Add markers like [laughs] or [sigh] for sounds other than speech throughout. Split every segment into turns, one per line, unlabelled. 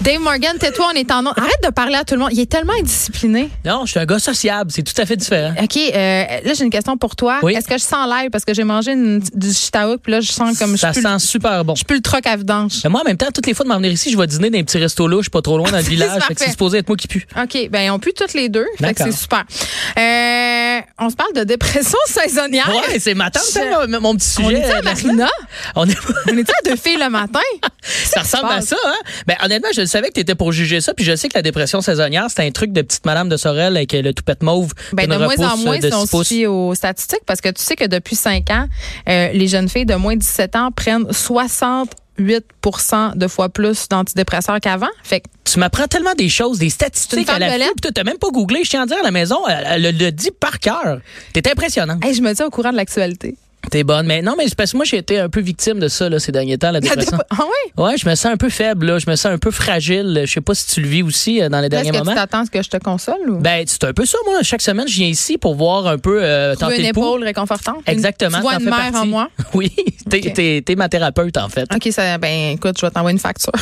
Dave Morgan, tais-toi, on est en ondes. Arrête de parler à tout le monde. Il est tellement indiscipliné.
Non, je suis un gars sociable. C'est tout à fait différent.
OK, euh, là, j'ai une question pour toi.
Oui.
Est-ce que je sens l'ail parce que j'ai mangé une- du chitaouk, puis là, je sens Eh, comme je
ça
suis plus,
sent super bon.
je suis plus le troc à vidange.
Mais moi, en même temps, toutes les fois de m'en venir ici, je vais dîner dans un petit resto louche, pas trop
[laughs]
loin dans le village.
parfait.
fait que c'est supposé être moi qui pue.
OK, ben on pue toutes les deux. Fait que
D'accord.
c'est super. Euh, on se parle de dépression [laughs] saisonnière.
Ouais, c'est ma tante,
Ah, Je-
hein, mon, mon petit
on
sujet.
est
euh,
à
de la semaine.
Marina?
[laughs] On
[laughs]
est
On est à deux filles le matin?
ça ressemble à
passe?
ça, hein? Ben, honnêtement, je le savais que tu étais pour juger ça, puis je sais que la dépression saisonnière, c'est un truc de petite madame de Sorel avec euh, le toupette mauve.
Ben,
une
de moins en
repousse,
moins,
euh, de
si on
six
se
pouces.
fie aux statistiques, parce que tu sais que depuis 5 ans, euh, les jeunes filles de moins de 17 ans prennent 68 de fois plus d'antidépresseurs qu'avant. Fait que
Tu m'apprends tellement des choses, des
C'est
statistiques
une
à
femme
la
de
fille,
lettres.
puis toi, t'as même pas googlé, je tiens à dire à la maison, elle, elle le dit par cœur. T'es impressionnant.
hey, je me dis au courant de l'actualité.
T'es bonne, mais non, mais c'est parce que moi, j'ai été un peu victime de ça, là, ces derniers temps, la
[laughs] La
dépression.
dép- Ah oui?
Ouais, je me sens un peu faible, là. je me sens un peu fragile. Je sais pas si tu le vis aussi euh, dans les
Est-ce
derniers
que tu
moments.
t'attends à ce que je te console ou
Ben, c'est un peu ça, moi. Chaque semaine, je viens ici pour voir un peu euh,
Trouver
tenter
une
le pouls.
épaule réconfortante? Une-
Exactement.
Tu vois
t'en
une
fais
mère
partie.
en
[laughs]
moi?
Oui, t'es
Ok.
t'es- t'es ma thérapeute, en fait.
OK, ça, ben écoute, je vais t'envoyer une facture.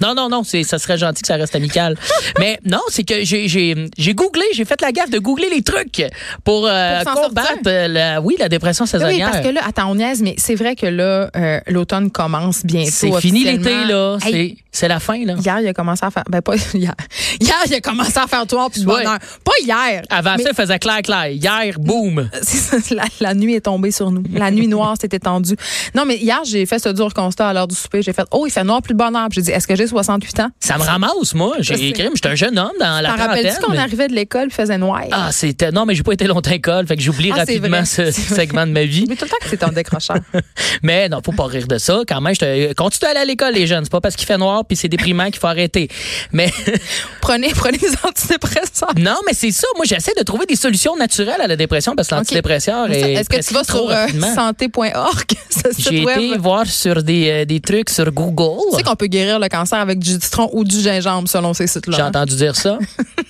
non, non, non, c'est- ça serait gentil que ça
[laughs]
reste amical. Mais non, c'est que j'ai- j'ai j'ai googlé, j'ai fait la gaffe de googler les trucs pour, euh,
Pour s'en
combattre,
sortir.
euh, la, oui, la dépression
oui,
saisonnière.
parce que là, attends, on niaise, mais c'est vrai que là, euh, l'automne commence bientôt.
c'est fini l'été,
officiellement.
là.
Hey,
C'est- C'est la fin, là.
Hier, il a commencé à faire. Ben, pas [laughs] hier. Hier, il a commencé à faire toi puis de
Ouais. Ah.
bonne heure. Pas hier.
Avant
Mais-
ça, il faisait clair-clair. Hier, boum.
[laughs] C'est ça, la, la nuit est tombée sur nous. La nuit noire s'est étendue. Non, mais hier, j'ai fait ce dur constat à l'heure du souper. J'ai fait Oh, il fait noir plus de bonheur. Puis J'ai dit Est-ce que j'ai 68 ans
Ça me ramasse, moi.
Je sais.
J'ai écrit, j'étais un jeune homme dans la
T'en
trentaine.
rappelles-tu qu'on
mais-
arrivait de l'école il faisait noir
Ah, c'était. Non, mais j'ai pas été longtemps à l'école, fait que j'oublie
Ah, c'est
rapidement
vrai,
ce
c'est vrai.
segment de ma vie.
Mais tout le temps que c'était un décrocheur. [laughs]
Mais non, faut pas rire de ça. Quand même, je te... continue à aller à l'école, les jeunes. C'est pas parce qu'il fait noir puis c'est déprimant qu'il faut arrêter. Mais [laughs]
prenez, prenez des antidépresseurs.
non, mais c'est ça. Moi, j'essaie de trouver des solutions naturelles à la dépression parce que l'antidépresseur est.
Est-ce que tu
prescrit
vas
trop
sur euh,
rapidement.
santé.org? [laughs] ce site
J'ai
web?
été voir sur des, euh, des trucs sur
Tu sais
Google.
qu'on peut guérir le cancer avec du citron ou du gingembre selon ces sites-là.
J'ai
hein?
entendu
[laughs]
dire ça.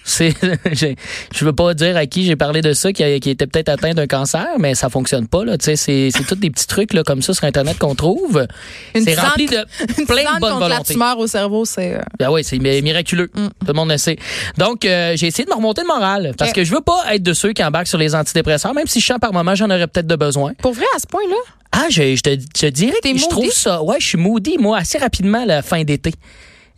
C'est, [laughs] j'ai- je veux pas dire à qui j'ai parlé de ça, qui, a- qui était peut-être atteint d'un cancer, mais ça fonctionne pas. Là. Tu sais, C'est, c'est tous des petits trucs là, comme ça sur Internet qu'on trouve.
Une
c'est
tisane-
rempli
[laughs]
de
hein? Une
plein de
tisane Mm.
bonne
contre la
volonté.
tumeur au cerveau, c'est. euh,
Ben oui, c'est mi- miraculeux. Tout le monde le sait. Donc, euh, j'ai essayé de me remonter le moral parce
Ok.
que je veux pas être de ceux qui embarquent sur les antidépresseurs, même si je sens par moment, j'en aurais peut-être de besoin.
Pour vrai, à ce point-là?
Ah, je, je te je dirais
T'es
que je
maudit?
trouve ça. Ouais, je suis maudit, moi, assez rapidement la fin d'été.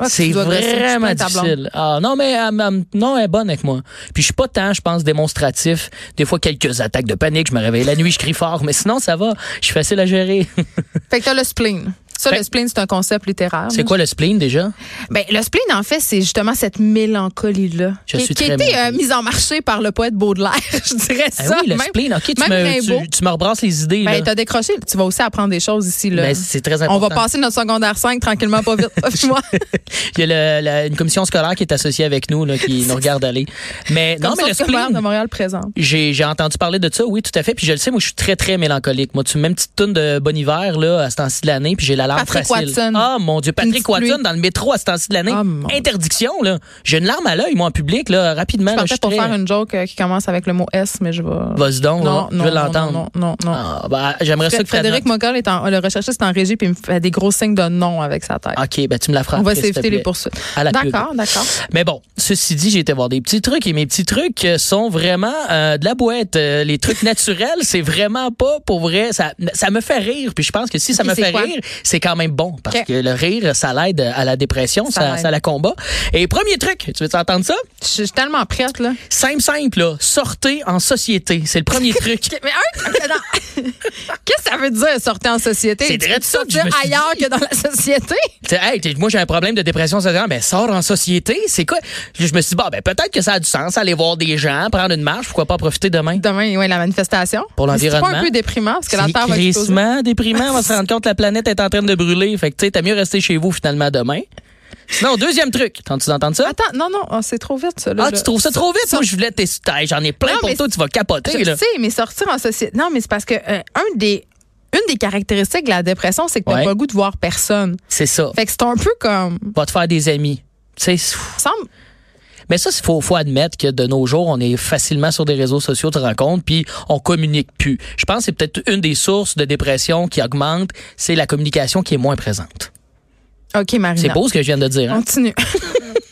Ouais,
c'est
Ah, tu dois dresser un petit
vraiment
peu ta blonde.
difficile. Ah, non, mais euh, euh, non, elle est bonne avec moi. Puis je suis pas tant, je pense, démonstratif. Des fois, quelques attaques de panique. Je me réveille la nuit, je crie fort. Mais sinon, ça va. Je suis facile à gérer.
Ah, Fait que t'as le spleen. Ça,
Fait-
le spleen, c'est un concept littéraire.
Ben, c'est quoi le spleen déjà?
Ben, le spleen, en fait, c'est justement cette mélancolie-là.
Je
qui,
suis
qui a
très
été euh,
mélancolique.
mise en marché par le poète Baudelaire, [laughs] je dirais
Ah
ça.
oui, le
même.
spleen. OK, tu
même
me,
Rimbaud.
tu, tu me rebrasses les idées. là.
Ben, t'as décroché. Tu vas aussi apprendre des choses ici, là.
Ben, c'est très important.
On va passer notre secondaire 5 tranquillement, pas
[laughs]
vite. pas moi.
Il y a le- la- une commission scolaire qui est associée avec nous, là,
[laughs]
qui nous regarde aller. Mais non, mais le
de
spleen.
Montréal présent.
J'ai j'ai entendu parler de ça, oui, tout à fait. Puis je le sais, moi, je suis très, très mélancolique. Moi, tu mets une petite toune de bon hiver, là, à ce temps-ci de l'année, puis j'ai la larme
Patrick
facile.
Watson.
Ah, mon Dieu,
Une
Patrick
petite
Watson
pluie.
dans le métro à ce temps-ci de l'année.
Ah, mon Dieu.
Interdiction, là. J'ai une larme à l'œil, moi, en public, là, rapidement.
Je
là, je
partais
suis
pour
très-
faire une joke euh, qui commence avec le mot S, mais je vais.
Vas-y
non,
donc, là,
non,
je veux
non,
l'entendre.
Non, non, non.
Ah, bah, J'aimerais ça que
Fréd-
tu la
Frédéric
notes.
Mocal est en, le recherchiste en régie puis il me fait des gros signes de non avec sa tête.
OK, ben, tu me la feras
On va
après, s'il te
s'éviter les
plaît.
poursuites.
À la pub.
D'accord, d'accord.
Mais bon, ceci dit, j'ai été voir des petits trucs et mes petits trucs euh, sont vraiment euh, de la boîte. Euh, les trucs naturels, c'est vraiment pas pour vrai. Ça, ça me fait rire. Puis je pense que si ça
Ok,
me
c'est
fait
quoi?
rire, c'est quand même bon. Parce
Ok.
que le rire, ça l'aide à la dépression,
Ça
ça,
l'aide.
ça la combat. Et premier truc, tu veux entendre ça?
Je je suis tellement prête, là.
Simple, simple, là. Sortez en société. C'est
[laughs]
le premier truc.
Mais un, attends. [laughs] qu'est-ce que ça veut dire sortir en société?
C'est
Tu
vrai
peux
de ça que je
sortir
me suis
ailleurs que dans la société.
T'sais, hey, t'es- moi j'ai un problème de dépression saisonnière, mais sors en société, c'est quoi? Je me suis dit, bah, ben, peut-être que ça a du sens, aller voir des gens, prendre une marche, pourquoi pas en profiter demain?
Demain, oui, la manifestation.
Pour
Mais C'est pas un
l'environnement.
peu déprimant parce que la
C'est
Terre va exploser. [laughs]
crissement déprimant. On va se rendre compte que la planète est en train de brûler. Fait que, tu sais, t'as mieux rester chez vous finalement demain. Sinon, deuxième truc. T'entends-tu d'entendre ça?
Attends, non, non, oh, c'est trop vite, ça. Là,
Ah,
là.
tu trouves ça trop vite? Moi, je voulais t'es- Hey, J'en ai plein
Non, mais
pour toi. Tu vas
Je
capoter, là.
sais, mais sortir en société. Non, mais c'est parce que euh, un des, une des caractéristiques de la dépression, c'est que t'as
Ouais.
pas le goût de voir personne.
C'est ça.
Fait que c'est un peu comme.
Va te faire des amis. Tu sais, c'est fou.
Semble,
Mais ça, il faut, faut admettre que de nos jours, on est facilement sur des réseaux sociaux, tu te rends compte, puis on communique plus. Je pense que c'est peut-être une des sources de dépression qui augmente, c'est la communication qui est moins présente.
OK, Marina.
C'est beau ce que je viens de dire. Hein?
Continue. [laughs]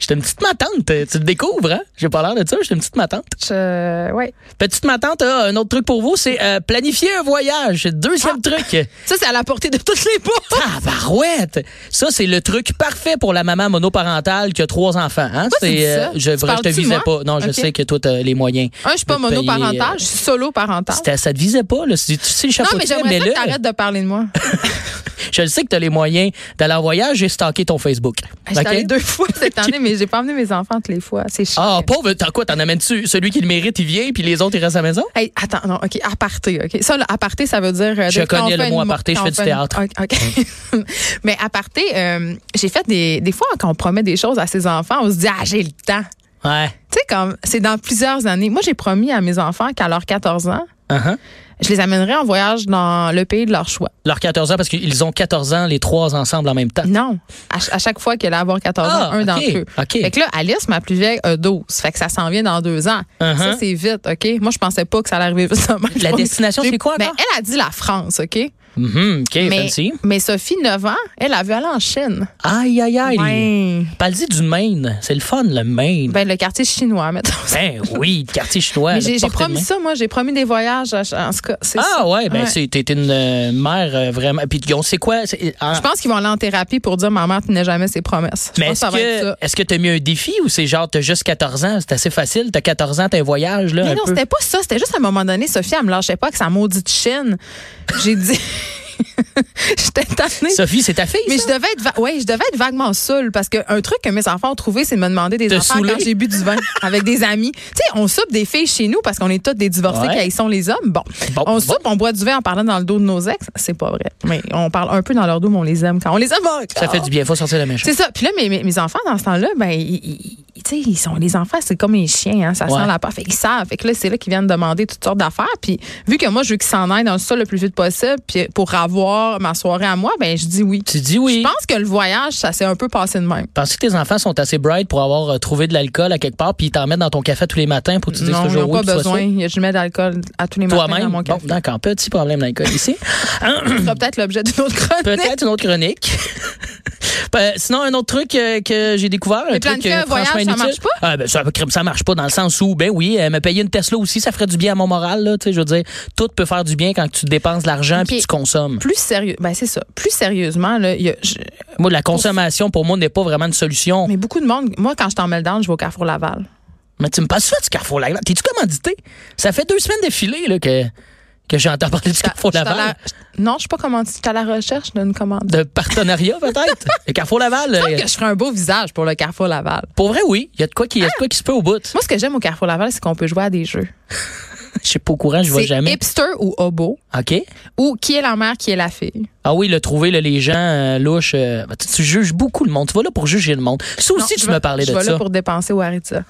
J'étais une petite matante. euh, Tu le découvres, hein? J'ai pas l'air de ça. J'étais une petite matante.
Je- ouais.
Petite matante, euh, un autre truc pour vous, c'est euh, planifier un voyage. C'est le Deuxième truc.
Ça, c'est à la portée Ah! [laughs] de toutes les peaux.
Tabarouette! Ça, c'est le truc parfait pour la maman monoparentale qui a trois enfants. Hein?
Pourquoi tu dis ça?
je,
Tu
vrai, je te
parles-tu de
visais
moi?
pas. Non, je
Ok.
sais que toi, t'as les moyens.
Un, je suis pas
de te payer,
monoparentale,
euh,
je suis solo parentale.
C'était- ça te visait pas, là. Tu, tu sais, le
Non,
chapeau
mais
de fais,
j'aimerais ça
mais
que
là,
t'arrêtes de parler de
[laughs]
moi.
je le sais que t'as les moyens d'aller en voyage, j'ai stocké ton Facebook.
J'étais
Ok?
Ben, allée deux fois cette année, mais j'ai pas emmené mes enfants toutes les fois. C'est chiant.
Ah, pauvre, t'as quoi? T'en amènes-tu? Celui qui le mérite, il vient, puis les autres, ils restent à la maison?
Hey, attends, non, OK, aparté, OK. Ça, là, aparté, ça veut dire... euh,
Je
de- quand
connais
on
le
fait
mot
une-
aparté, je
quand
fais
on
du
fait une-
théâtre.
OK. ok. [laughs] Mais aparté, euh, j'ai fait des... Des fois, quand on promet des choses à ses enfants, on se dit « Ah, j'ai le temps ».
Ouais.
Tu sais, comme, c'est dans plusieurs années. Moi, j'ai promis à mes enfants qu'à leurs 14 ans,
Uh-huh.
je les amènerais en voyage dans le pays de leur choix.
Leurs 14 ans, parce qu'ils ont 14 ans, les trois ensemble en même temps.
Non. À, ch- à chaque fois qu'elle allait avoir 14 ans,
Ah,
un
ok,
d'entre eux.
ok.
Fait que là, Alice, ma plus vieille, a 12. Fait que ça s'en vient dans deux ans.
Uh-huh.
Ça, c'est vite, OK? Moi, je pensais pas que ça allait arriver vite. ça, mais
La
je-
destination,
j'ai-
c'est quoi
Ben,
encore?
elle a dit la France, OK?
Mhm, OK,
mais,
fancy.
mais Sophie, 9 ans, elle a vu aller en Chine.
Aïe, aïe, aïe.
Ouais.
Parle-y du Maine. C'est le fun, le Maine.
Ben, le quartier chinois, mettons.
Ben oui, le quartier chinois.
Mais
la
j'ai j'ai
portée de
promis
main.
ça, moi. J'ai promis des voyages. à ch- En tout cas, c'est ça.
Ah ouais, ben
Ouais.
c'est t'es une euh, mère euh, vraiment. Puis on sait quoi c'est- ah,
Je pense qu'ils vont aller en thérapie pour dire maman, tu n'as jamais ses promesses. Je
Mais
pense
est-ce
ça va être
que
ça.
est-ce que t'as mis un défi ou c'est genre t'as juste 14 ans, c'est assez facile, t'as 14 ans, t'as un voyage là
Mais
un
non,
peu.
c'était pas ça. C'était juste à un moment donné, Sophie, elle me lâchait pas avec sa maudite Chine. J'ai dit. [laughs] J'étais tannée.
Sophie, c'est ta fille
Mais
ça?
je devais être, va- ouais, je devais être vaguement saoule parce qu'un truc que mes enfants ont trouvé, c'est de me demander des
Te
enfants
saouler?
quand j'ai bu du
[laughs]
vin avec des amis. Tu sais, on soupe des filles chez nous parce qu'on est toutes des divorcés
Ouais.
qui haïssons les hommes. Bon,
Bon,
on
bon.
soupe, on boit du vin en parlant dans le dos de nos ex. C'est pas vrai. Mais on parle un peu dans leur dos, mais on les aime quand on les aime.
Ça fait du bien, faut sortir la méchant.
C'est ça. Puis là, mes, mes, mes enfants, dans ce temps-là, ben, ils, ils- ils- tu sais, ils sont les enfants, c'est comme les chiens, hein, ça
Ouais.
sent la peur. Fait qu'ils savent. Fait que là, c'est là qu'ils viennent demander toutes sortes d'affaires. Puis vu que moi, je veux qu'ils s'en aillent dans le sol le plus vite possible, puis pour avoir ma soirée à moi, ben, je dis oui.
Tu dis oui.
Je pense que le voyage, ça s'est un peu passé de même.
Penses-tu que tes enfants sont assez bright pour avoir euh, trouvé de l'alcool à quelque part puis ils t'en mettent dans ton café tous les matins pour que tu dises
non, ils
toujours
n'ont
oui
pas
puis tu sois
besoin.
sûr?
Il y a jamais d'alcool à tous les matins dans
Toi-même,
mon
bon,
café.
d'accord, petit problème d'alcool ici.
Ça sera peut-être l'objet d'une autre chronique.
Peut-être une
[laughs]
autre chronique. Ben, Sinon, un autre truc euh, que j'ai découvert, un
Mais
truc euh,
planifier un voyage,
franchement
ça
inutile.
marche pas?
Ah, ben, ça, ça marche pas dans le sens où, ben oui, euh, me payer une Tesla aussi, ça ferait du bien à mon moral. Là, tu sais, je veux dire, tout peut faire du bien quand tu dépenses de l'argent
Ok.
puis tu consommes.
Plus sérieux, ben c'est ça. Plus sérieusement, là, il y a, je-
Moi, la consommation, pour moi, n'est pas vraiment une solution. Mais,
mais beaucoup de monde, moi, quand je t'en mets le down, je vais au Carrefour Laval.
tu me passes ça du Carrefour Laval. T'es-tu commandité? Ça fait deux semaines d'affilée là, que, que j'entends parler du Carrefour
Je suis à
Laval.
la- Non, je suis pas commandée. Je suis à la recherche d'une commande.
De partenariat,
[laughs]
peut-être? le Carrefour Laval.
Je
euh,
pense que je ferais un beau visage pour le Carrefour Laval.
Pour vrai, oui. Il y a de quoi qui, il y a de quoi qui se peut au bout.
Moi, ce que j'aime au Carrefour Laval, c'est qu'on peut jouer à des jeux.
Je suis pas au courant, je vois
C'est
jamais.
hipster ou hobo,
OK.
ou qui est la mère, qui est la fille.
Ah oui, le trouver, là, les gens euh, louches. euh, ben, tu, tu juges beaucoup le monde. Tu vas là pour juger le monde. Ça aussi,
Non,
tu
je vais-
me parlais
je
de
vais
ça.
là pour dépenser ou arrêter ça.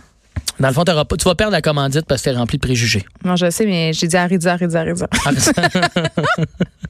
Dans le fond, t'auras pas- tu vas perdre la commandite parce que t'es rempli de préjugés.
Non, je sais, mais j'ai dit arrêter ça, arrêter ça, arrêter ça. [laughs]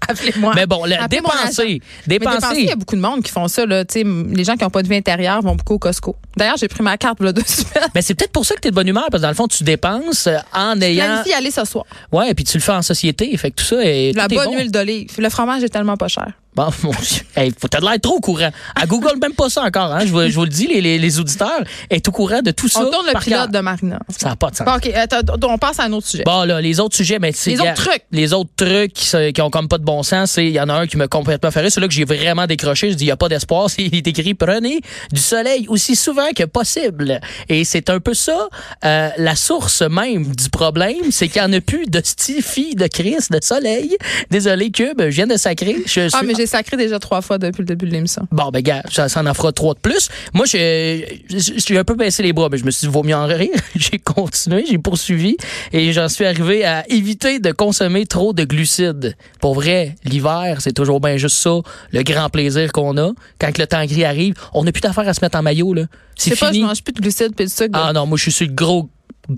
Appelez-moi.
Ah, Mais bon, la
Ah. Appelez mon agent.
dépenser.
Mais dépenser, il y
Dépenser.
a beaucoup de monde qui font ça. Là, Tu sais, m- les gens qui n'ont pas de vie intérieure vont beaucoup au Costco. D'ailleurs, j'ai pris ma carte là, deux semaines.
Mais Ben, c'est peut-être pour ça que t'es de bonne humeur, parce que dans le fond, tu dépenses euh, en ayant.
Planifie y aller ce soir.
Ouais, puis tu le fais en société. Fait que tout ça est.
La
tout est
bonne
bon.
huile d'olive. Le fromage est tellement pas cher.
Bon, [laughs] mon Dieu. Hey, faut- t'as de l'air trop au courant. À Google, même pas ça encore, hein. Je vous, je vous le dis, les, les- les auditeurs est au courant de tout ça.
On tourne le
par cœur.
pilote de Marina.
Ça n'a pas de sens.
Bon, OK, attends, on passe à un autre sujet.
Bon, là, les autres sujets, ben, mais
Les autres trucs.
Les autres trucs qui, se- qui ont comme pas de bon sens, c'est, il y en a un qui m'a complètement ferré. Celui-là que j'ai vraiment décroché, je dis, il n'y a pas d'espoir. [laughs] C'est- Il est écrit, prenez du soleil aussi souvent que possible. Et c'est un peu ça, euh, la source même du problème, c'est qu'il n'y en a plus de stifi, de crise, de soleil. Désolé, Cube, je viens de sacrer. Je suis
Ah, mais j'ai sacré déjà trois fois depuis le début de l'émission.
Bon, ben, gars, ça, ça en fera trois de plus. Moi, je, je, je suis un peu baissé les bras, mais je me suis dit, vaut mieux en rire. [laughs] J'ai continué, j'ai poursuivi et j'en suis arrivé à éviter de consommer trop de glucides. Pour vrai, l'hiver, c'est toujours bien juste ça, le grand plaisir qu'on a. Quand le temps gris arrive, on n'a plus d'affaire à se mettre en maillot, là.
Je
C'est
sais pas, je
fini.
mange plus de glucides puis de sucre.
ah non, moi, je suis sur le gros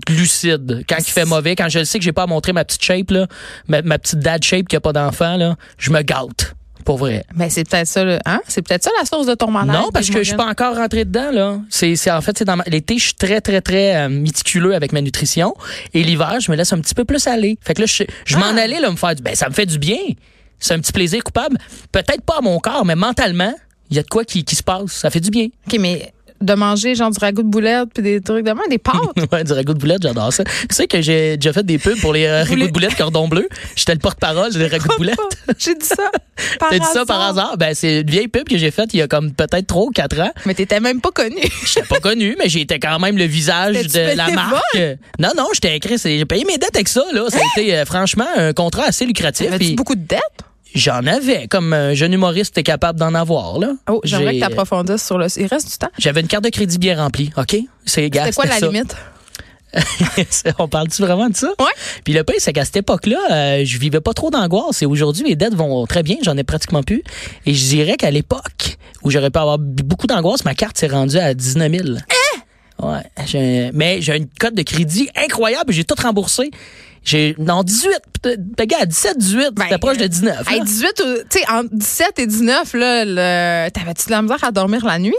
glucide. Quand il fait mauvais, quand je le sais que j'ai pas à montrer ma petite shape, là, ma, ma petite dad shape qui a pas d'enfant, là, je me gâte. Pour vrai.
Mais c'est peut-être ça, le- hein? C'est peut-être ça la source de ton malade.
Non, parce
Dave
que je suis pas
Morgan.
encore rentré dedans là. C'est c'est- en fait c'est dans ma- l'été je suis très très très euh, méticuleux avec ma nutrition et l'hiver je me laisse un petit peu plus aller. Fait que là je, je m'en
Ah.
allais là me faire du ben ça me fait du bien. C'est un petit plaisir coupable, peut-être pas à mon corps mais mentalement Il y a de quoi qui, qui se passe. Ça fait du bien. [laughs]
OK, mais de manger genre du ragoût de boulettes puis des trucs de main, des
[laughs]
pâtes.
ouais, du ragoût de boulette, j'adore ça. Tu sais que j'ai déjà fait des pubs pour les euh,
Vous
ragoûts
les-
de boulette cordon bleu. J'étais le porte-parole
[laughs]
des ragoûts de boulette.
J'ai dit
[laughs]
ça. par
T'as dit ça par hasard? Ben, c'est une vieille pub que j'ai faite il y a comme peut-être 3 ou 4 ans.
Mais t'étais même pas
[laughs]
connu.
J'étais pas connu, mais j'étais quand même le visage de
T'étais-tu
la
bénévole?
marque. Non, non, j'étais écrit. J'ai payé mes dettes avec ça, là.
Hein?
Ça a été, euh, franchement, un contrat assez lucratif.
Avais-tu
puis
beaucoup de dettes?
J'en avais. Comme un jeune humoriste, t'es capable d'en avoir, là.
Oh, j'aimerais que
J'ai- euh,
t'approfondisses sur le. Il reste du temps.
J'avais une carte de crédit bien remplie, OK? C'est gars,
C'était quoi la
ça. [laughs]
limite?
C'est- [laughs] On parle-tu vraiment de ça?
Ouais.
Puis le pire, c'est qu'à cette époque-là, euh, je vivais pas trop d'angoisse. Et aujourd'hui, mes dettes vont très bien. J'en ai pratiquement plus. Et je dirais qu'à l'époque où j'aurais pu avoir b- beaucoup d'angoisse, ma carte s'est rendue à 19 000.
Hein?
Ouais. J'ai- Mais j'ai une cote de crédit incroyable. J'ai tout remboursé. J'ai, non, 18. peut-être. T'as gars, à 17, 18.
Ben,
t'es proche de 19.
Hey,
là.
18, ou- tu sais, entre 17 et 19, là, le- t'avais-tu de la misère à dormir la nuit?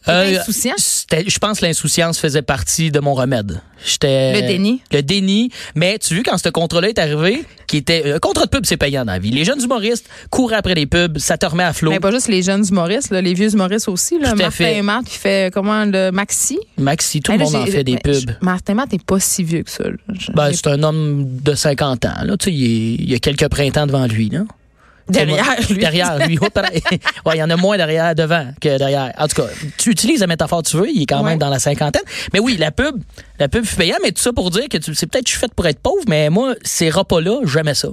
T'étais
Euh,
insouciant?
c'était- Je pense que l'insouciance faisait partie de mon remède. J'étais
Le déni.
Le déni. Mais tu vois, quand ce contrat-là est arrivé, qui était. euh, Un contrat de pub, c'est payant dans la vie. Les jeunes humoristes courent après les pubs, ça te remet à flot.
Mais pas juste les jeunes humoristes, là, les vieux humoristes aussi. Là,
Tout à
Martin
fait.
et Matt qui fait comment le Maxi.
Maxi, tout
Hey,
le
là,
monde en
j'ai-
fait des
mais
pubs.
je- Martin et Matt n'est pas si vieux que ça. là. Je-
Ben,
j'ai-
c'est un homme de 50 ans. Là. Tu sais, Il, est- il y a quelques printemps devant lui. Là.
derrière lui. [laughs]
Derrière lui. Oups, pareil. [laughs] ouais, il y en a moins derrière devant que derrière. En tout cas, tu utilises la métaphore que tu veux, il est quand
Ouais.
même dans la cinquantaine. Mais oui, la pub, la pub fut payante, mais tout ça pour dire que tu c'est peut-être que je suis faite pour être pauvre, mais moi, ces repas-là, jamais ça.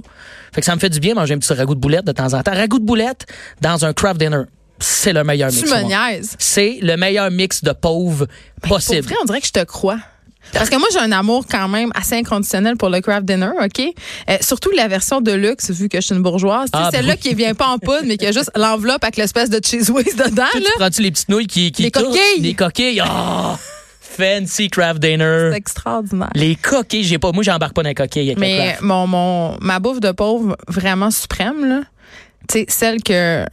Fait que ça me fait du bien manger un petit ragoût de boulette de temps en temps. Ragoût de boulette dans un craft dinner. C'est le meilleur
Tu
mix.
me
au monde.
niaises.
C'est le meilleur mix de pauvre
Ben, Pour
possible.
vrai, on dirait que je te crois. Parce que moi, j'ai un amour quand même assez inconditionnel pour le craft dinner, OK? Euh, surtout la version de luxe, vu que je suis une bourgeoise. Tu sais,
Ah,
Celle-là
oui.
qui vient pas en poudre, mais qui a juste l'enveloppe avec l'espèce de cheese whiz
[laughs]
dedans.
Tu
là.
prends-tu les petites nouilles qui, qui
Les
tournent?
coquilles.
Les coquilles. Ah! fancy craft dinner.
C'est extraordinaire.
Les coquilles, j'ai pas. Moi, j'embarque pas dans les coquilles avec le
Mais
craft.
mon, mon, ma bouffe de pauvre vraiment suprême, là. Tu sais, celle que,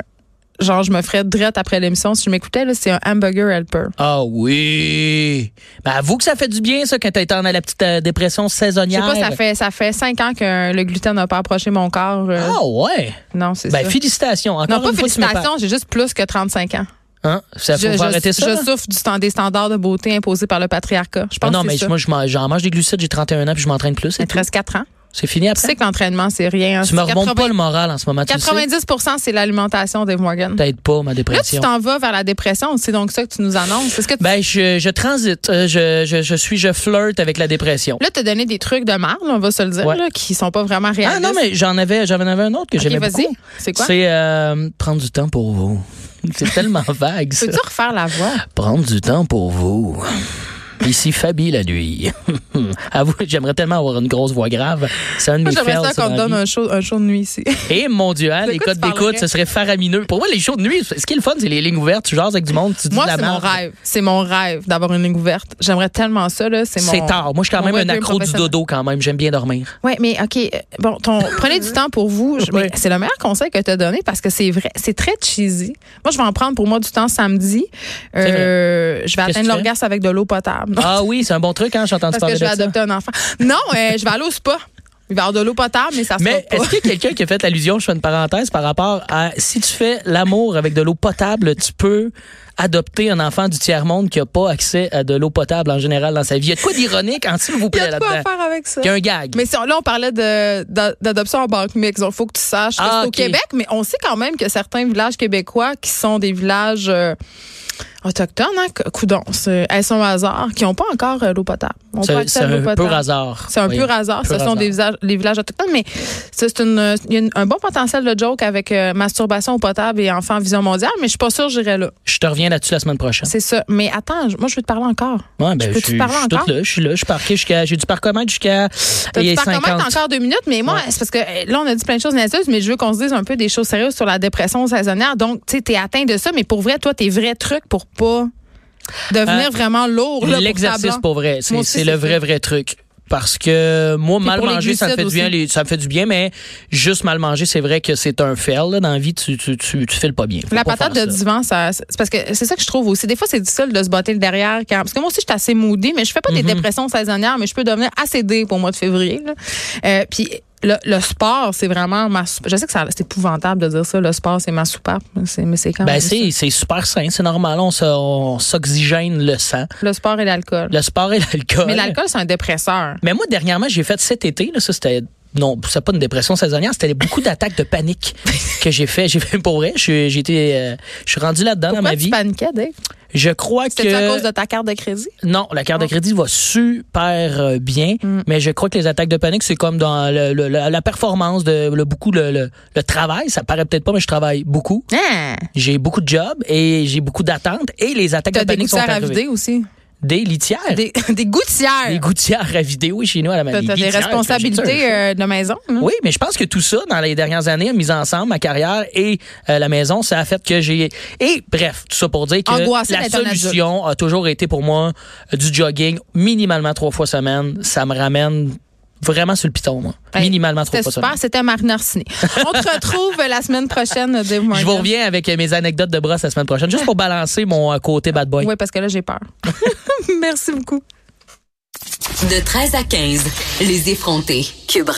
genre, je me ferais drette après l'émission si je m'écoutais, là, c'est un hamburger helper.
Ah oui! Ben, avoue que ça fait du bien, ça, quand t'es en la petite euh, dépression
Je sais
saisonnière.
pas, ça fait, ça fait cinq ans que le gluten n'a pas approché mon corps. euh,
Ah ouais!
Non, c'est
Ben,
ça.
félicitations. Encore
Non, pas
une fois, tu me parles.
félicitations, j'ai juste plus que 35 ans.
Hein? Ça faut
je,
faut
je-
arrêter ça.
je
là?
souffre du stand, des standards de beauté imposés par le patriarcat. Je
Ah
pense
non,
que
mais
c'est ça.
moi, je mange- j'en mange des glucides, j'ai 31 ans, puis je m'entraîne plus.
J'ai
et tout.
13-4 ans.
C'est fini
Tu
après.
sais que l'entraînement, c'est rien. hein.
Tu me
C'est
remontes
80
pas le moral en ce moment, tu le sais.
90 c'est l'alimentation des Morgan.
Peut-être pas
Là,
ma
tu
dépression.
t'en vas vers la dépression. C'est donc ça que tu nous annonces. Est-ce que tu-
Ben, je, je transite. Euh, Je, je, je suis, je flirte avec la dépression.
Là, t'as donné des trucs de merde, on va se le dire,
Ouais.
là, qui sont pas vraiment réalistes.
Ah non, mais j'en avais, j'en avais un autre que
Ok,
j'aimais
vas-y.
beaucoup.
C'est quoi?
C'est euh, prendre du temps pour vous. [laughs] C'est tellement vague, ça.
Peux-tu refaire la voix?
Prendre du temps pour vous. Ici Fabi la nuit. [laughs] Avoue, j'aimerais tellement avoir une grosse voix grave. C'est un de
Moi,
mes
J'aimerais
fails
ça qu'on te
dans
donne
la vie.
un show, un show de nuit ici.
Et mon Dieu, hein,
De
les
quoi tu
codes d'écoute,
parlerais?
ce serait faramineux. Pour moi, les shows de nuit, ce qui est le fun, c'est les lignes ouvertes, tu jases avec du monde, tu dis
Moi,
de la
c'est mon
merde.
rêve. C'est mon rêve d'avoir une ligne ouverte. J'aimerais tellement ça, là. C'est mon.
C'est tard. Moi, je suis quand
mon
même un
web dream
accro du
professionnel.
dodo quand même. J'aime bien dormir.
Oui, mais OK. euh, Bon, ton, prenez du temps pour vous. Je- mais
Ouais.
C'est le meilleur conseil que tu as donné parce que c'est vrai, c'est très cheesy. Moi, je vais en prendre pour moi du temps samedi.
C'est
Euh, je vais
Qu'est-ce
atteindre
que tu
l'orgasme avec de l'eau potable. Non,
Ah oui, c'est un bon truc, hein, j'ai entendu
parce
parler
que je vais
de ça.
adopter un enfant. Non, euh, je vais aller au spa. Il va y avoir de l'eau potable, mais ça se
Mais
passe pas.
est-ce qu'il y a quelqu'un qui a fait allusion, je fais une parenthèse, par rapport à si tu fais l'amour avec de l'eau potable, tu peux adopter un enfant du tiers-monde qui n'a pas accès à de l'eau potable en général dans sa vie. Il y a de quoi d'ironique, en s'il vous
Il y
plaît,
a de quoi à
là-dedans?
faire avec ça.
Il y a un gag.
Mais si on- là, on parlait de- d'a- d'adoption en banque mixte. Donc, il faut que tu saches que
Ah,
c'est au
ok.
Québec, mais on sait quand même que certains villages québécois qui sont des villages euh, autochtones, hein, c- coudons, c'est- elles sont au hasard, qui n'ont pas encore euh, l'eau potable. On peut
C'est
accès
c'est
à l'eau
un
potable.
pur hasard.
C'est un
Oui.
pur hasard.
Pur
Ce sont
hasard.
des visages- les villages autochtones, mais ça, c'est une, il y a une- un bon potentiel de joke avec euh, masturbation au potable et enfants vision mondiale, mais je suis pas sûre que j'irai là.
Je te reviens là-dessus la semaine prochaine.
C'est ça. Mais attends, je- moi, je veux te parler encore.
Ouais, ben,
Je
je,
peux-tu
suis-
parler
je suis
encore?
toute là. Je suis là. Je suis parqué jusqu'à. J'ai du parcomètre jusqu'à.
T'as
il
du
est
parcomètre
50.
encore deux minutes, mais moi, c'est parce que euh, là, on a dit plein de choses niaiseuses, mais je veux qu'on se dise un peu des choses sérieuses sur la dépression saisonnière. Donc, tu sais, t'es atteint de ça, mais pour vrai, toi, tes vrais trucs pour pas devenir
Euh,
vraiment lourd, là, pour ta
L'exercice
blonde.
pour vrai,
Moi
c'est
aussi,
c'est le
c'est ça.
vrai vrai truc. Parce que moi, mal
pour les
manger, ça me fait du
glucides
bien. les- ça me fait du bien, mais juste mal manger, c'est vrai que c'est un fail. là. Dans la vie, tu tu tu, tu files pas bien. Faut
La
pas
patate de
faire ça.
divan, ça, c'est parce que c'est ça que je trouve aussi. Des fois, c'est difficile de se botter le derrière. Quand, parce que moi aussi, je suis
Mm-hmm.
assez moodée, mais je fais pas des dépressions saisonnières, mais je peux devenir assez dé pour le mois de février. là. Euh, Puis le, le sport, c'est vraiment ma soupape. Je sais que ça- c'est épouvantable de dire ça. Le sport, c'est ma soupape. C'est- Mais c'est quand même.
Ben,
ça.
c'est c'est super sain, c'est normal. On se- on s'oxygène le sang.
Le sport et l'alcool.
Le sport et l'alcool.
Mais l'alcool, c'est un dépresseur.
Mais moi, dernièrement, j'ai fait cet été, là, ça c'était. Non, c'est pas une dépression saisonnière, c'était beaucoup d'attaques de panique que j'ai fait. J'ai fait pour vrai. J'ai j'ai été, euh, je suis rendu là-dedans dans
Pourquoi
ma
tu
vie.
paniquais, Dave?
Je crois que.
C'était à cause de ta carte de crédit?
Non, la carte de crédit va super euh, bien,
Mm.
mais je crois que les attaques de panique, c'est comme dans le- le- la, la performance, de, le, beaucoup le, le- le travail. Ça paraît peut-être pas, mais je travaille beaucoup.
Ah!
J'ai beaucoup de jobs et j'ai beaucoup d'attentes et les attaques
T'as
de
des
panique sont
gouttières à
arrivées.
vider aussi.
Des litières. Des,
Des, [laughs] des gouttières.
gouttières à vider, oui, chez nous à la
T'as
maison.
t'as des responsabilités euh, de maison. hein?
Oui, mais je pense que tout ça, dans les dernières années, mise ensemble, ma carrière et euh, la maison, ça a fait que j'ai... Et bref, tout ça pour dire que
Angoissé
la
d'être un adulte.
solution a toujours été pour moi euh, du jogging, minimalement trois fois semaine. Ça me ramène vraiment sur le piton, moi.
Hey,
minimalement trois
Ben, C'était
fois
super. C'était Marc Narciné. On
[laughs]
te retrouve la semaine prochaine, Dave
semaine. Je vous reviens avec euh, mes anecdotes de brosse la semaine prochaine, juste pour balancer mon euh, côté bad boy.
Oui, parce que là, j'ai peur.
[laughs]
Merci beaucoup.
De 13 à 15, les effrontés. Cube